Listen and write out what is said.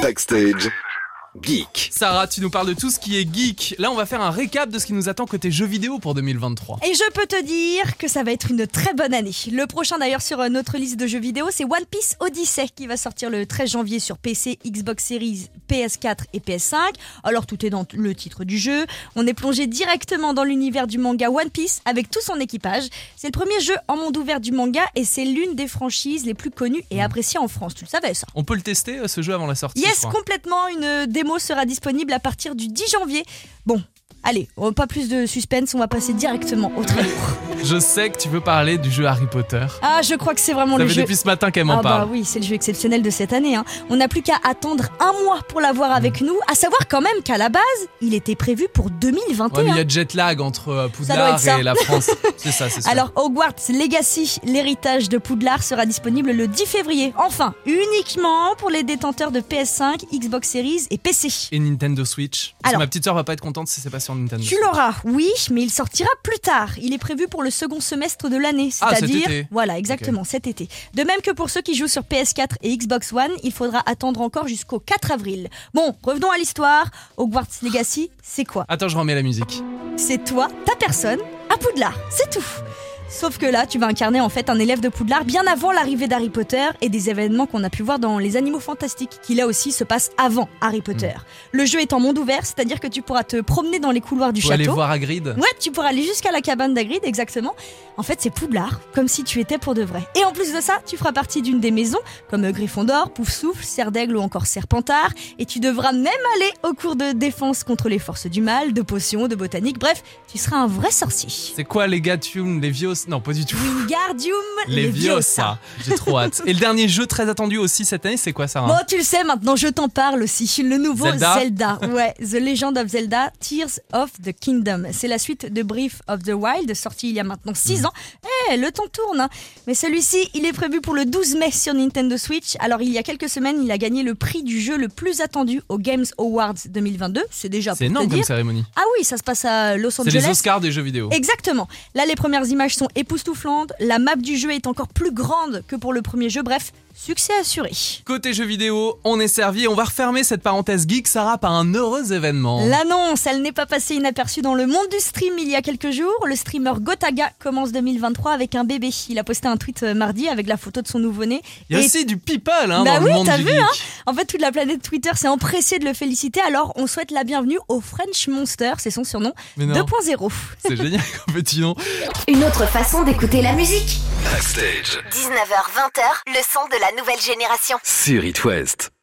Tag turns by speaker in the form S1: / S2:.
S1: Backstage Geek.
S2: Sarah, tu nous parles de tout ce qui est geek. Là, on va faire un récap de ce qui nous attend côté jeux vidéo pour 2023.
S3: Et je peux te dire que ça va être une très bonne année. Le prochain d'ailleurs sur euh, notre liste de jeux vidéo, c'est One Piece Odyssey qui va sortir le 13 janvier sur PC, Xbox Series, PS4 et PS5. Alors tout est dans t- le titre du jeu. On est plongé directement dans l'univers du manga One Piece avec tout son équipage. C'est le premier jeu en monde ouvert du manga et c'est l'une des franchises les plus connues et appréciées en France. Tu le savais ça
S2: On peut le tester euh, ce jeu avant la sortie. je
S3: Yes,
S2: crois.
S3: complètement. Une euh, démo sera disponible à partir du 10 janvier. Bon, allez, euh, pas plus de suspense, on va passer directement au trailer.
S2: Je sais que tu veux parler du jeu Harry Potter.
S3: Ah, je crois que c'est vraiment
S2: Ça
S3: le
S2: fait
S3: jeu.
S2: depuis ce matin qu'elle m'en
S3: Ah bah
S2: parle.
S3: oui, c'est le jeu exceptionnel de cette année. hein. On n'a plus qu'à attendre un mois pour l'avoir avec nous, à savoir quand même qu'à la base, il était prévu pour
S2: Mm. Ouais, mais
S3: 2021.
S2: il y a jet lag entre euh,
S3: doit être
S2: Poudlard
S3: hein. ça.
S2: et la France. C'est ça, c'est ça.
S3: Alors Hogwarts Legacy, l'héritage de Poudlard sera disponible le 10 février. Enfin, uniquement pour les détenteurs de PS5, Xbox Series et PC.
S2: Et Nintendo Switch. Parce que
S3: Alors-
S2: ma petite soeur va pas être contente si c'est pas sur Nintendo.
S3: Tu l'auras, oui, mais il sortira plus tard. Il est prévu pour le second semestre de l'année,
S2: Ah, cet
S3: c'est-à-dire
S2: été.
S3: voilà, exactement cet été. De même que pour ceux qui jouent sur PS4 et Xbox One, il faudra attendre encore jusqu'au 4 avril. Bon, revenons à l'histoire. Hogwarts Legacy, c'est quoi
S2: Attends, je remets la musique.
S3: C'est toi, ta personne, à Poudlard, c'est tout. Sauf que là, tu vas incarner en fait un élève de Poudlard bien avant l'arrivée d'Harry Potter et des événements qu'on a pu voir dans Les Animaux Fantastiques, qui là aussi se passent avant Harry Potter. Le jeu est en monde ouvert, c'est-à-dire que tu pourras te promener dans les couloirs du
S2: Hmm. Faut
S3: château.
S2: aller voir Hagrid.
S3: Ouais, tu pourras aller jusqu'à la cabane d'Agrid, exactement. En fait, c'est Poudlard, comme si tu étais pour de vrai. Et en plus de ça, tu feras partie d'une des maisons, comme euh, Gryffondor, Poufsouffle, Serre d'Aigle ou encore Serpentard, et tu devras même aller au cours de défense contre les forces du mal, de potions, de botanique, bref, tu seras un vrai sorcier.
S2: C'est quoi les Gatium, les Vios Non, pas du tout.
S3: Wingardium
S2: Les
S3: Leviosa.
S2: Viosa. J'ai trop hâte. Et le dernier jeu très attendu aussi cette année, c'est quoi ça
S3: Bon, tu le sais maintenant, je t'en parle aussi. Le nouveau
S2: Hein. Zelda.
S3: Zelda. Ouais, The Legend of Zelda, Tears of the Kingdom. C'est la suite de Brief of the Wild, sorti il y a maintenant
S2: Mm.
S3: 6 ans. Eh, le temps tourne. hein. Mais celui-ci, il est prévu pour le 12 mai sur Nintendo Switch. Alors, il y a quelques semaines, il a gagné le prix du jeu le plus attendu aux Games Awards 2022. C'est déjà pour
S2: C'est
S3: te
S2: énorme comme
S3: dire.
S2: cérémonie.
S3: Ah oui, ça se passe à Los
S2: C'est les
S3: Angeles.
S2: Oscars des jeux vidéo.
S3: Exactement. Là, les premières images sont époustouflantes. La map du jeu est encore plus grande que pour le premier jeu. Bref, succès assuré.
S2: Côté jeux vidéo, on est servi et on va refermer cette parenthèse geek, Sarah, par un heureux événement.
S3: L'annonce, elle n'est pas passée inaperçue dans le monde du stream il y a quelques jours. Le streamer Gotaga commence 2023 avec un bébé. Il a posté un tweet euh, mardi avec la photo de son nouveau-né.
S2: Il y a
S3: Et
S2: aussi du people hein,
S3: Bah
S2: dans le
S3: oui,
S2: monde
S3: t'as
S2: du
S3: vu, hein.
S2: geek.
S3: en fait, toute la planète Twitter s'est empressée de le féliciter. Alors, on souhaite la bienvenue au French Monster, c'est son surnom,
S2: Mais non,
S3: 2.0.
S2: c'est génial comme petit nom.
S4: Une autre façon d'écouter la musique.
S1: Backstage
S4: 19h-20h, le son de la nouvelle génération.
S1: sur It West.